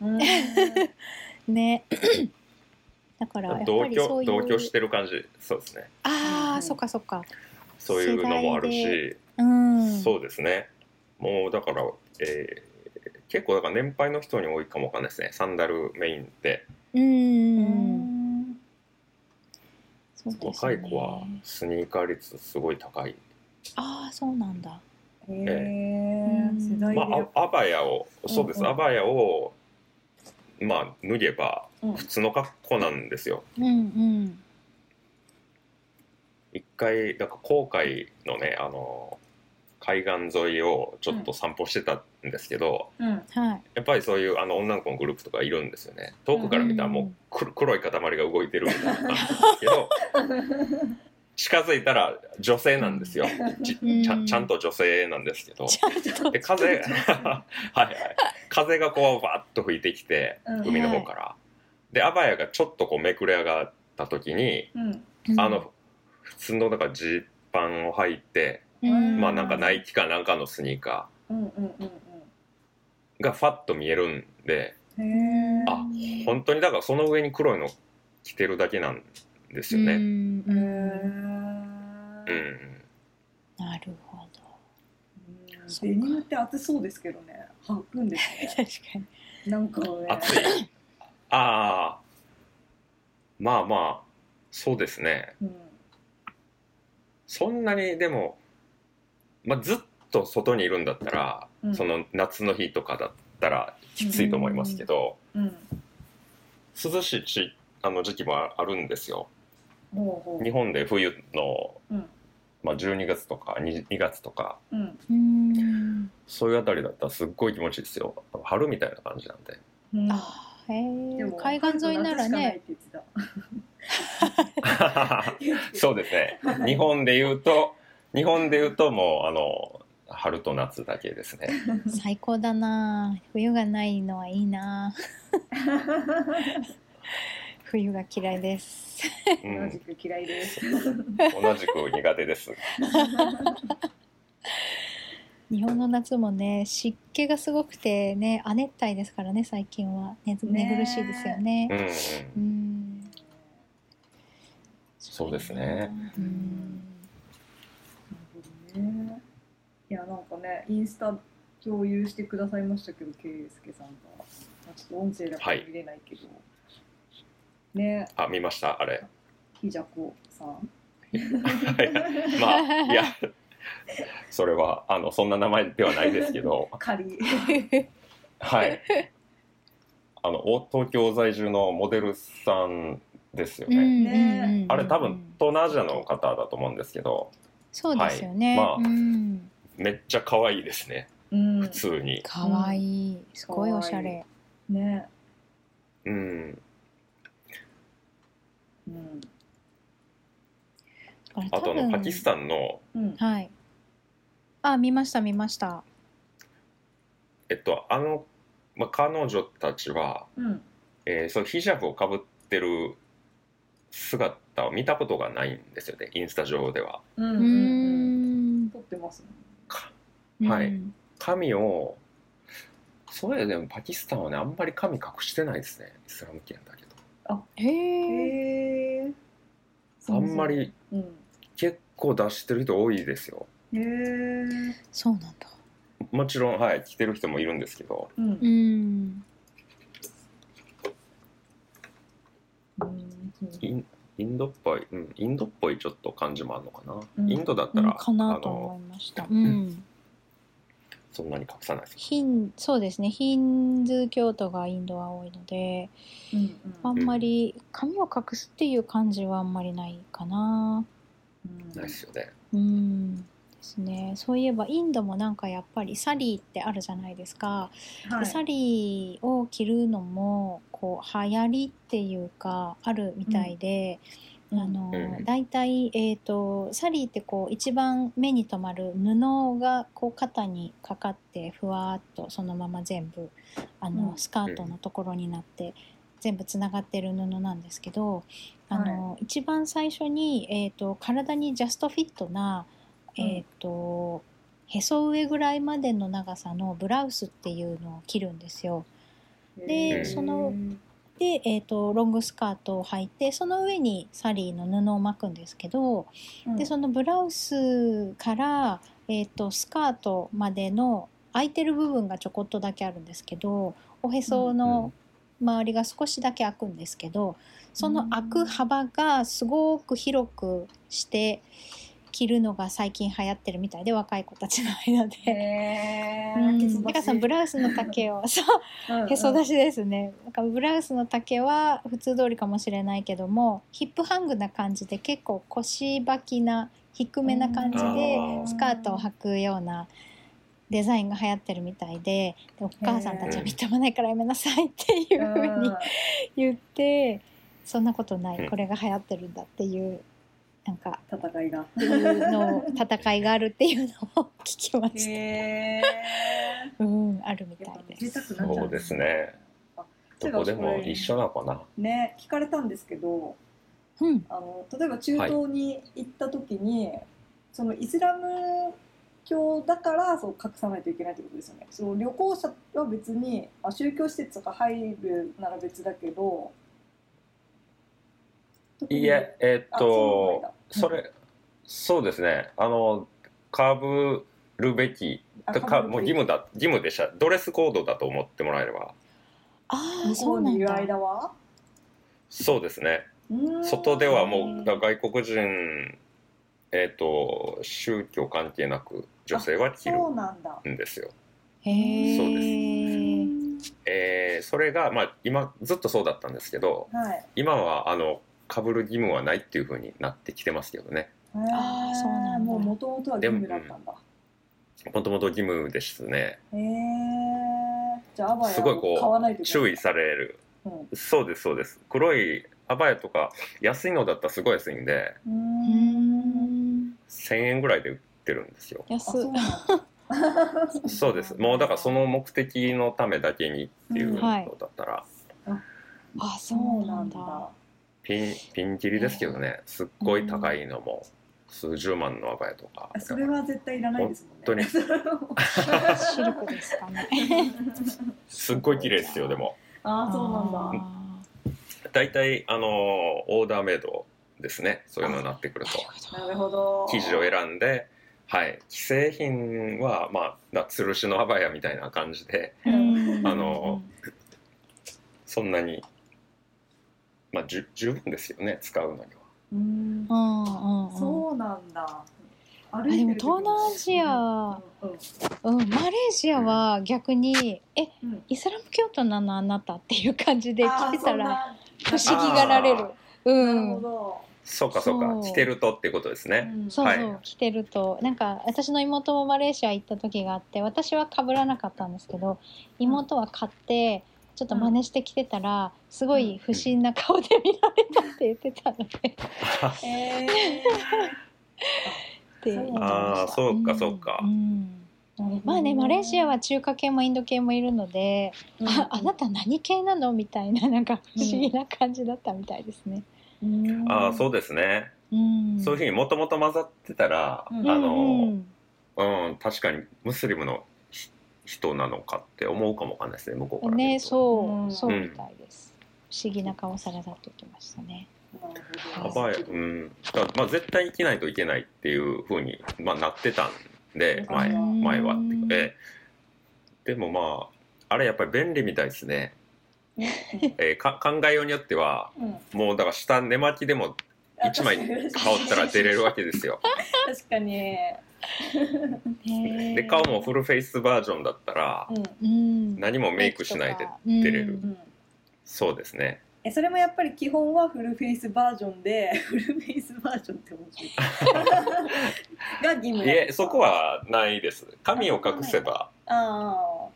Speaker 2: ん
Speaker 1: ね <coughs> だからやっぱ
Speaker 3: 同
Speaker 1: りそ
Speaker 3: 居
Speaker 1: ういう
Speaker 3: 同居してる感じそうですね
Speaker 1: ああ、
Speaker 2: うん
Speaker 1: そっかそっか
Speaker 3: そういうのもある
Speaker 1: 世代
Speaker 3: し、
Speaker 1: うん
Speaker 3: そうですねもうだから、えー結構だから年配の人に多いかもわかんないですねサンダルメインで
Speaker 1: う
Speaker 2: うん
Speaker 3: <laughs>
Speaker 2: ん
Speaker 1: そうですね
Speaker 3: 若い子はスニーカー率すごい高い
Speaker 1: ああそうなんだ
Speaker 2: へえ世代で
Speaker 3: ま
Speaker 2: やっ
Speaker 3: あ、アアバヤをそうです、
Speaker 2: うんうん
Speaker 3: アバヤをまあ脱げば
Speaker 2: うん
Speaker 3: 普通の格好なんですよ
Speaker 1: うんうん
Speaker 3: 一回なんか航海のねあの海岸沿いをちょっと散歩してたんですけど、
Speaker 2: うん
Speaker 1: はい
Speaker 3: やっぱりそういうあの女の子のグループとかいるんですよね遠くから見たら
Speaker 1: う
Speaker 3: も
Speaker 1: ん
Speaker 3: う黒黒い塊が動いてるみたい
Speaker 1: <laughs>
Speaker 3: な感じですけど近づいたら女性なんですよち
Speaker 1: うん
Speaker 3: ちゃんちゃんと女性なんですけど
Speaker 1: ちゃんと
Speaker 3: で風 <laughs> はいはい風がこうバーッと吹いてきて
Speaker 2: うん
Speaker 3: 海の方から、でアバヤがちょっとこうめくれ上がった時に、
Speaker 2: うん
Speaker 1: うん
Speaker 3: あの普通のなんかジーパンを履いて、
Speaker 1: うん
Speaker 3: まあなんかナイキかなんかのスニーカ
Speaker 2: うんうんうん
Speaker 3: ーがファッと見えるんで
Speaker 2: うんへえ
Speaker 3: あ本当にだからその上に黒いの着てるだけなんですよ
Speaker 1: うん
Speaker 3: ね。
Speaker 2: う
Speaker 1: うん
Speaker 2: ん
Speaker 3: うん
Speaker 1: なるほど
Speaker 2: デニムって暑そうですけどね履くんですね
Speaker 1: 確かに
Speaker 2: なんかね
Speaker 3: <laughs> 暑いああまあまあそうですね
Speaker 2: うん
Speaker 3: そんなにでも、まあ、ずっと外にいるんだったら、
Speaker 2: うん
Speaker 3: その夏の日とかだったらきついと思いますけど、
Speaker 2: うん
Speaker 3: 涼しいちあの時期もああるんですよ
Speaker 2: ほうほ
Speaker 3: 日本で冬の、
Speaker 2: ううん
Speaker 3: まあ、12月とか 2, 2月とか
Speaker 2: うん
Speaker 1: うん
Speaker 2: <laughs>
Speaker 3: そういうあたりだったらすっごい気持ちいいですよ春みたいな感じなんで
Speaker 2: うん
Speaker 1: あーへえ
Speaker 2: でもも
Speaker 1: 海岸沿いならね
Speaker 2: 海と夏しかないって言ってた
Speaker 3: そうですね。日本で言うと、日本で言うともうあの春と夏だけですね。
Speaker 1: 最高だな冬がないのはいいな冬が嫌いです
Speaker 3: う
Speaker 2: <laughs> 同じ
Speaker 3: ん、
Speaker 2: く嫌いです。
Speaker 3: 同じく苦手です。
Speaker 1: 日本の夏もね湿気がすごくてね亜熱帯ですからね最近はね
Speaker 2: ね
Speaker 1: 寝苦しいですよね
Speaker 3: うん、うん、
Speaker 1: うん
Speaker 3: そうですね。
Speaker 1: う
Speaker 2: うん
Speaker 1: ん
Speaker 2: なるほどね。いやなんかねインスタ共有してくださいましたけど、ケイスケさんが、まあちょっと音声だか
Speaker 3: は
Speaker 2: ら
Speaker 3: い
Speaker 2: 見れないけど、ね
Speaker 3: あ、見ました、あれ。
Speaker 2: ひじゃこさん。
Speaker 3: まあ、いや、それはあのそんな名前ではないですけど、
Speaker 2: 仮。
Speaker 3: はい。あのお東京在住のモデルさんですよ
Speaker 1: うん
Speaker 3: ね。
Speaker 2: ね
Speaker 1: うんうん
Speaker 3: あれ多分東南アジアの方だと思うんですけど、
Speaker 1: そうですよね、
Speaker 3: はい
Speaker 1: う
Speaker 3: まあ
Speaker 1: ん
Speaker 3: めっちゃ可愛いですね。
Speaker 2: うん
Speaker 3: 普。通に。
Speaker 1: かわいいすごいおしゃれ
Speaker 2: ね。
Speaker 3: うん。
Speaker 2: うん。
Speaker 1: あれ
Speaker 3: あとあ
Speaker 1: 多
Speaker 3: の
Speaker 1: 分
Speaker 3: パキスタンの、
Speaker 2: うん。
Speaker 1: はいあ見ました見ました
Speaker 3: えっと、あの、まあ、彼女たちは、
Speaker 2: うん。
Speaker 3: えー、そうヒジャブをかぶってる姿を見たことがないんですよねインスタ上では。
Speaker 2: う
Speaker 1: う
Speaker 2: ん。う。
Speaker 1: ん
Speaker 2: うん
Speaker 1: ん
Speaker 2: 撮ってますね。
Speaker 3: はい
Speaker 1: うん
Speaker 3: 髪をそうやでもパキスタンはねあんまり髪隠してないですねイスラム圏だけ
Speaker 1: へえ
Speaker 2: へえ。
Speaker 3: どあんま。り
Speaker 2: うん。
Speaker 3: 結構出してる人多いですよ
Speaker 2: へえ。
Speaker 1: そうなんだ
Speaker 3: もちろんはい着てる人もいるんですけど
Speaker 2: うん。
Speaker 1: うん
Speaker 2: うん
Speaker 3: インインドっぽい、うん、インドっぽいちょっと感じもあるのかな、
Speaker 2: うん
Speaker 3: インドだった
Speaker 1: うん
Speaker 3: ら、
Speaker 1: かなと
Speaker 3: あ
Speaker 1: 思い
Speaker 3: の
Speaker 1: ました
Speaker 3: ん
Speaker 1: うん
Speaker 3: そんなに隠さないです
Speaker 1: ヒンそうですねヒンズー教徒がインドは多いので
Speaker 2: うん
Speaker 1: あんまり髪を隠すっていう感じはあんまりないかな
Speaker 2: うん
Speaker 3: ないですよね
Speaker 1: うんですねそういえばインドもなんかやっぱりサリーってあるじゃないですか、
Speaker 2: は
Speaker 1: でサリーを着るのもこう流行りっていうかあるみたいで、あの
Speaker 3: うん
Speaker 1: だいたい、えー、とサリーってこう一番目に留まる布がこう肩にかかってふわーっとそのまま全部あの、
Speaker 2: うん
Speaker 1: スカートのところになって全部つながってる布なんですけどあの、一番最初に、えー、と体にジャストフィットな、
Speaker 2: うん
Speaker 1: えーとへそ上ぐらいまでの長さのブラウスっていうのを着るんですよ。で
Speaker 2: へー
Speaker 1: そので、えー、とロングスカートを履いてその上にサリーの布を巻くんですけど、
Speaker 2: うん
Speaker 1: でそのブラウスから、えー、とスカートまでの空いてる部分がちょこっとだけあるんですけどおへその周りが少しだけ開くんですけどその開く幅がすごく広くして着るのが最近流行ってるみたいで若い子たちの間で。
Speaker 2: へ
Speaker 1: う
Speaker 2: ーへ
Speaker 1: <laughs> ん、
Speaker 2: そ出し
Speaker 1: だからそのブラウスの丈をそう
Speaker 2: うんうん
Speaker 1: へそ出しですね。なんかブラウスの丈は普通通りかもしれないけども、ヒップハングな感じで結構腰ばきな低めな感じで
Speaker 3: うん
Speaker 1: スカートを履くようなデザインが流行ってるみたいで、でお母さんたちは
Speaker 3: へー
Speaker 1: みっともないからやめなさいっていうふうに言って、そんなことな
Speaker 3: う
Speaker 1: い、
Speaker 3: ん
Speaker 1: これが流行ってるんだっていうなんか
Speaker 2: <laughs> うん戦いが
Speaker 1: の戦いがあるっていうのを聞きました。
Speaker 2: へ
Speaker 1: うん、あるみ
Speaker 2: ーや
Speaker 1: た
Speaker 2: っぱ
Speaker 1: いで
Speaker 2: 贅
Speaker 1: す。
Speaker 2: 沢になっちゃ
Speaker 3: そうですね
Speaker 2: あ
Speaker 3: どこでも一緒なのかな
Speaker 2: ね聞かれたんですけど
Speaker 1: うん、
Speaker 2: あの例えば中東に行った時に、そのイスラム教だからそう隠さないといけないってことですよねそう旅行者は別にあ宗教施設とか入るなら別だけど特に
Speaker 3: いええっ
Speaker 2: あ
Speaker 3: と
Speaker 2: そ
Speaker 3: そう
Speaker 2: なんだ
Speaker 3: れそうですねあのかぶるべき
Speaker 2: あ
Speaker 3: か
Speaker 2: かぶる
Speaker 3: もう義務だ義務でしたドレスコードだと思ってもらえれば
Speaker 1: ああ、
Speaker 2: 向
Speaker 1: そ
Speaker 2: こ
Speaker 1: う
Speaker 2: う
Speaker 1: な
Speaker 2: に
Speaker 1: ん
Speaker 2: いる
Speaker 1: だ。
Speaker 2: 間は
Speaker 3: そうですね
Speaker 2: うーん
Speaker 3: 外ではも
Speaker 1: うん
Speaker 3: うだ外国人えっ、と宗教関係なく女性は
Speaker 2: そ
Speaker 3: 着
Speaker 2: う
Speaker 3: る
Speaker 2: なんだ
Speaker 3: んですよ
Speaker 1: へ
Speaker 3: そう
Speaker 1: え。
Speaker 3: えーそれがまあ今ずっとそうだったんですけど
Speaker 2: はい
Speaker 3: 今はあのかぶる義務はないっていう風になってきてますけどね
Speaker 1: あーそうなんだ
Speaker 2: もう元々は義務だったんだ
Speaker 3: もともと義務ですね
Speaker 2: へえじゃあアバヤ
Speaker 3: すごいこう
Speaker 2: 買わないといけない
Speaker 3: 注意される
Speaker 2: うん
Speaker 3: そうですそうです黒いアバヤとか安いのだったらすごい安いんで
Speaker 2: う
Speaker 4: う
Speaker 2: ーん
Speaker 4: ん
Speaker 3: 1000円ぐらいで売ってるんですよ
Speaker 2: あ
Speaker 1: 安
Speaker 2: そう
Speaker 1: い
Speaker 2: なんだ
Speaker 3: そうですもうだからその目的のためだけにっていうのだったら、
Speaker 1: あそ
Speaker 2: そう
Speaker 1: う
Speaker 2: な
Speaker 1: なんん
Speaker 2: だ
Speaker 1: だ
Speaker 3: ピンピンキリですけどねすっごい高いのも数十万のアバヤとか
Speaker 2: あそれは絶対いらないですもんね
Speaker 3: 本当に
Speaker 1: <laughs>
Speaker 4: シルクですか
Speaker 2: <laughs>
Speaker 4: ね。
Speaker 3: すっごい綺麗ですよでも
Speaker 2: ああそうなんだ
Speaker 3: 大体あのオーダーメイドですねそういうのになってくると
Speaker 2: なるほど
Speaker 3: 生地を選んではい既製品はまあだ吊るしのアバヤみたいな感じで
Speaker 4: う
Speaker 2: うん
Speaker 4: ん
Speaker 3: あのそんなにまあじゅ十分ですよね使うのには
Speaker 2: うん
Speaker 4: うんうんうん
Speaker 2: そうなんだ歩
Speaker 1: あ
Speaker 2: い
Speaker 1: でも
Speaker 2: てる時
Speaker 1: 東
Speaker 2: に
Speaker 1: 南アジア、うん、マレーシアは逆に、え
Speaker 2: うんうん
Speaker 1: イスラム教徒なのあなたっていう感じで
Speaker 2: あー
Speaker 1: 来てたら
Speaker 2: そんな
Speaker 1: 不思議がられる
Speaker 3: あ
Speaker 1: う
Speaker 2: なるほ
Speaker 1: ん
Speaker 2: ど
Speaker 3: そうかそうか
Speaker 1: そう
Speaker 3: 着てるとってことですね、
Speaker 2: うん
Speaker 1: そうそう、
Speaker 3: はい
Speaker 1: 来てるとなんか私の妹もマレーシア行った時があって私は被らなかったんですけど妹は買ってちょっと真似して着てたらすごい不審な顔で見られたって言ってたので
Speaker 2: え
Speaker 1: って言ってました
Speaker 3: あーそうかそうか
Speaker 1: ん
Speaker 2: ー
Speaker 1: まあねマレーシアは中華系もインド系もいるので、
Speaker 2: うん
Speaker 1: ああなた何系なのみたいななんか不思議な感じだったみたいですね。
Speaker 2: うん
Speaker 3: <laughs> ああそうですね、
Speaker 1: うん、
Speaker 3: そういうふうにもともと混ざってたら、
Speaker 2: うん
Speaker 3: あ
Speaker 1: うんう
Speaker 3: の
Speaker 1: ん
Speaker 3: うん、確かにムスリムのひ人なのかって思うかもわかんないですね向こうから見ると
Speaker 1: ね、そう、
Speaker 2: うん
Speaker 1: そうみたいです。不思議な顔されたって言ってましたね。
Speaker 2: な
Speaker 3: や
Speaker 2: るほど
Speaker 3: ばい、うんだからまあ、絶対生きないといけないっていうふうに、まあ、なってたんで
Speaker 2: は
Speaker 3: 前
Speaker 2: い
Speaker 1: うん
Speaker 3: 前はっていうかええでもまああれやっぱり便利みたいです
Speaker 1: <laughs>
Speaker 3: ね、えーか考えようによっては
Speaker 2: うん
Speaker 3: もうだから下寝巻きでも1枚羽織ったら出れるわけで
Speaker 1: <laughs>
Speaker 3: すよ
Speaker 2: 確かに
Speaker 3: で顔もフルフェイスバージョンだったら
Speaker 2: うん
Speaker 1: うん、
Speaker 3: 何もメイクしないで
Speaker 1: 出
Speaker 3: れる
Speaker 2: うん
Speaker 3: そうですね
Speaker 2: えそれもやっぱり基本はフルフェイスバージョンで <laughs> フルフェイスバージョンって面
Speaker 3: <laughs>
Speaker 2: 白いが義務なん
Speaker 3: いえ
Speaker 2: ですか
Speaker 3: そこはないです髪を隠せば
Speaker 2: あ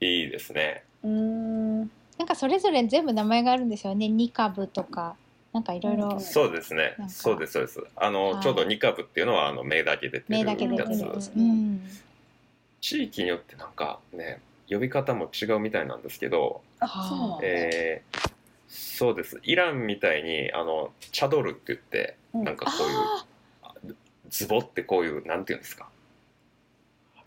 Speaker 3: いいですね
Speaker 2: あうーん
Speaker 1: なんかそれぞれ全部名前があるんですよね。ニカブとか、なんかいろいろ
Speaker 2: うん
Speaker 3: そうですね
Speaker 1: なん。か
Speaker 3: そうですそうです。あの、
Speaker 1: はい
Speaker 3: ちょうどニカブっていうのはあの目だけ出て
Speaker 1: 目だけ
Speaker 3: る
Speaker 1: 出て
Speaker 3: や
Speaker 1: る
Speaker 3: つ。
Speaker 2: うん。
Speaker 1: うん、
Speaker 3: 地域によってなんかね呼び方も違うみたいなんですけど、
Speaker 2: あ
Speaker 1: はあ
Speaker 2: そうなんだ、
Speaker 3: えーそうです。イランみたいにあのチャドルって言って
Speaker 2: うん
Speaker 3: なんかこういう
Speaker 1: あ
Speaker 3: ズボってこういうなんていうんですか。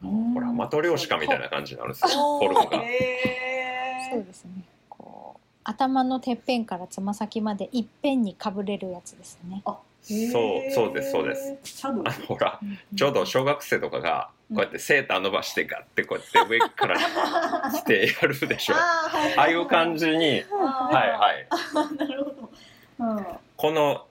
Speaker 2: うん
Speaker 3: ほらマトリョーシカみたいな感じになるんですよ。
Speaker 2: お
Speaker 3: フォルム
Speaker 2: ー
Speaker 3: が。
Speaker 2: へ
Speaker 1: そう
Speaker 2: ー
Speaker 1: ですね。こう頭のてっぺんからつま先までいっぺんにかぶれるやつですね。
Speaker 3: そうそうですそうです。
Speaker 2: シャドウ
Speaker 3: <laughs> あのほら
Speaker 1: ん
Speaker 3: ちょうど小学生とかがこうやってセーター伸ばしてガッてこうやって上から来てやるでしょ。あ
Speaker 2: あーはい
Speaker 3: あいう感じに。はいはい。
Speaker 2: いなるほどうん
Speaker 3: この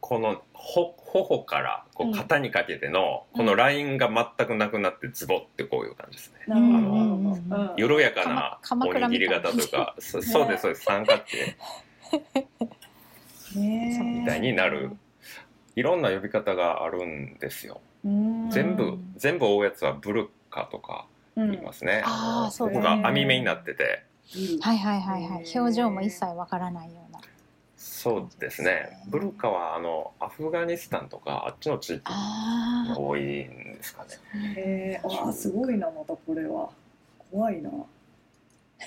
Speaker 3: このほ頬からこ
Speaker 2: うん
Speaker 3: う肩にかけての、
Speaker 2: うん
Speaker 3: このラインが全くなくなってズボってこういう感じですね、
Speaker 2: なるほどなるほど
Speaker 1: うんうんうん
Speaker 2: うん
Speaker 3: 緩やかな
Speaker 1: かま
Speaker 3: おにぎり型というかそそうですそうです三角形
Speaker 2: へー
Speaker 3: みたいになるいろんな呼び方があるんですよ
Speaker 2: うん
Speaker 3: 全
Speaker 1: う
Speaker 3: 部
Speaker 1: ん
Speaker 3: 全部覆うやつはブルカとか
Speaker 2: うん
Speaker 3: 言いますね、
Speaker 1: あー
Speaker 3: の
Speaker 1: そう
Speaker 2: だ
Speaker 3: ここが網目になってて
Speaker 2: いい
Speaker 1: はいはいはいはい。
Speaker 2: へー
Speaker 1: 表情も一切わからないような。
Speaker 3: そうです
Speaker 1: そうです
Speaker 3: ね
Speaker 1: ね
Speaker 3: ブルカはあのアフガニスタンとかあっちの地域
Speaker 1: あ
Speaker 3: が <laughs> 多いんですかね
Speaker 2: へーあーすごいなまたこれは怖いな、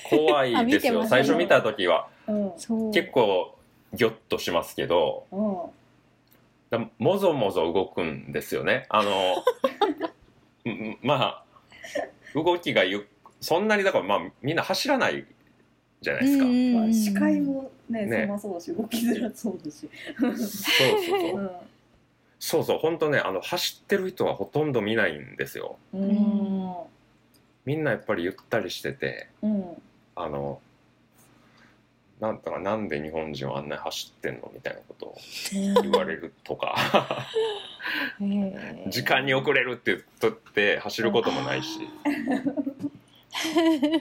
Speaker 3: 怖
Speaker 1: あ
Speaker 3: い
Speaker 1: 見
Speaker 3: です
Speaker 1: てま
Speaker 3: よ
Speaker 1: す
Speaker 3: 最初見た時は
Speaker 2: うん
Speaker 1: あ、そう。
Speaker 3: 結構ギョッとしますけど
Speaker 2: うん、
Speaker 3: だもぞもぞ動くんですよねあの <laughs> うんまあ動きがゆっそんなにだからまあみんな走らないじゃないですか、
Speaker 2: まあ、視界
Speaker 1: も
Speaker 2: もね
Speaker 3: ね
Speaker 2: 狭そうだし動きづらそうだし、
Speaker 3: そうそうそううんそうそう本当ねあの走ってる人はほとんど見ないんですよ
Speaker 2: うん
Speaker 3: みんなやっぱりゆったりしてて
Speaker 2: うん
Speaker 3: あのなんとかなんで日本人はあんなに走ってんのみたいなことを言われるとか時間に遅れるって言っとって走ることもないし。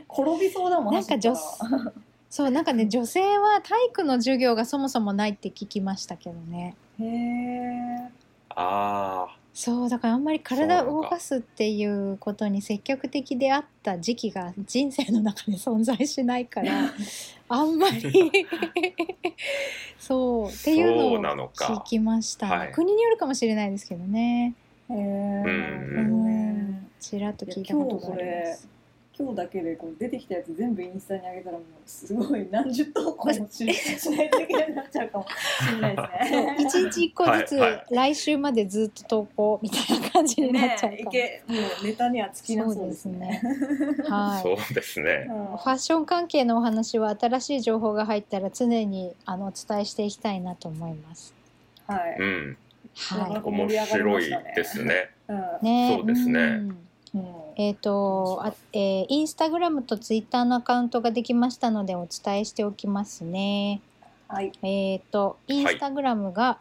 Speaker 2: 転びそうだもん
Speaker 1: なんか女
Speaker 2: 走っ
Speaker 1: そうなんかね女性は体育の授業がそもそもないって聞きましたけどね
Speaker 2: たらへえ
Speaker 3: ああ
Speaker 1: そうだからあんまり体を動かすっていうことに積極的であった時期が人生の中で存在しないからあんまりそうっていう
Speaker 3: そうな
Speaker 1: の
Speaker 3: の
Speaker 1: を
Speaker 3: か
Speaker 1: 聞きました、
Speaker 3: はい
Speaker 1: 国によるかもしれないですけどね
Speaker 2: へえ
Speaker 3: う
Speaker 1: うんちらっと聞いたことがあります
Speaker 2: 今日だけでこう出てきたやつ全部インスタに上げたらもうすごい何十投稿もししないといけなくなっちゃうかもしれないです
Speaker 1: そう
Speaker 2: ね。
Speaker 1: <laughs> 一日一個ずつ、
Speaker 3: はいは
Speaker 1: 来週までずっと投稿みたいな感じになっちゃう
Speaker 2: ね、い
Speaker 1: かも、
Speaker 2: けもうネタには尽きなそうですね。
Speaker 1: はい
Speaker 3: そうですね。
Speaker 2: うん
Speaker 1: ファッション関係のお話は新しい情報が入ったら常にあのお伝えしていきたいなと思います。
Speaker 2: は
Speaker 3: う
Speaker 2: い。
Speaker 3: ん、
Speaker 1: は
Speaker 3: 面白いですね。
Speaker 2: うん
Speaker 1: い。ね
Speaker 3: そうですね
Speaker 1: ん
Speaker 2: うん
Speaker 1: えっ、とあ、えーインスタグラムとツイッターのアカウントができましたのでお伝えしておきますね。
Speaker 2: はい。
Speaker 1: えっ、とインスタグラムが、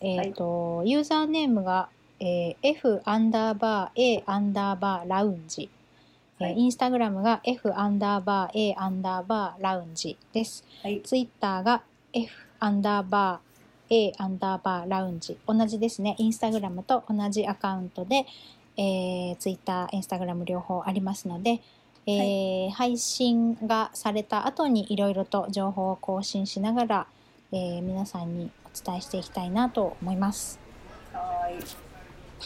Speaker 1: えっ、と、ユーザーネームが、えー F アンダーバー A アンダーバーラウンジ。えー
Speaker 2: はい
Speaker 1: インスタグラムが F アンダーバー A アンダーバーラウンジです。
Speaker 2: はい。
Speaker 1: ツイッターが F アンダーバー A アンダーバーラウンジ同じですねインスタグラムと同じアカウントで、えー、ツイッターインスタグラム両方ありますので、えー配信がされた後にいろいろと情報を更新しながら、えー皆さんにお伝えしていきたいなと思います。
Speaker 2: はい。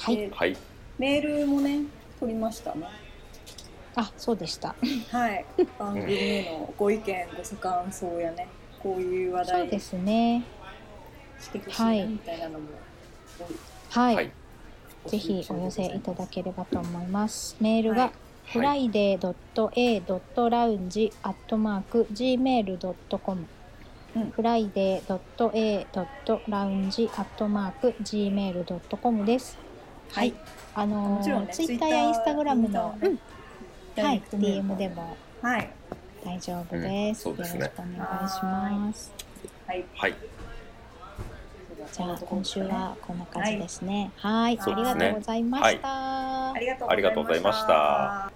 Speaker 1: はい、
Speaker 2: で
Speaker 3: はい、
Speaker 2: メールもね取りましたね。
Speaker 1: あそうでした。
Speaker 2: はい。番組へのご意見ご感想やねこういう
Speaker 1: <laughs>
Speaker 2: 話
Speaker 1: そうで
Speaker 2: 題
Speaker 1: すね。
Speaker 2: してほしいなみたいなのも。
Speaker 1: はい、
Speaker 3: はい
Speaker 1: ぜひお寄せいただければと思います。メール
Speaker 2: は
Speaker 1: が
Speaker 2: い
Speaker 3: はい、
Speaker 1: friday.a.lounge.gmail.com
Speaker 2: うん
Speaker 1: friday.a.lounge.gmail.com です。
Speaker 2: はい。
Speaker 1: あの
Speaker 2: もちろんね
Speaker 1: ツイッターやインスタグラムの、
Speaker 2: Twitter
Speaker 1: うん
Speaker 2: ダ
Speaker 1: は
Speaker 2: イレ
Speaker 1: い
Speaker 2: ク、トメール
Speaker 1: DM でも
Speaker 2: はい。
Speaker 1: 大丈夫です。
Speaker 3: うんそうですね
Speaker 1: よろしくお願いします。
Speaker 2: はい。
Speaker 3: はい、
Speaker 1: じゃあ今週はこんな感じですね。はい、
Speaker 2: はい
Speaker 1: ありがとうございました。
Speaker 2: ありがとう
Speaker 3: ありがとうございました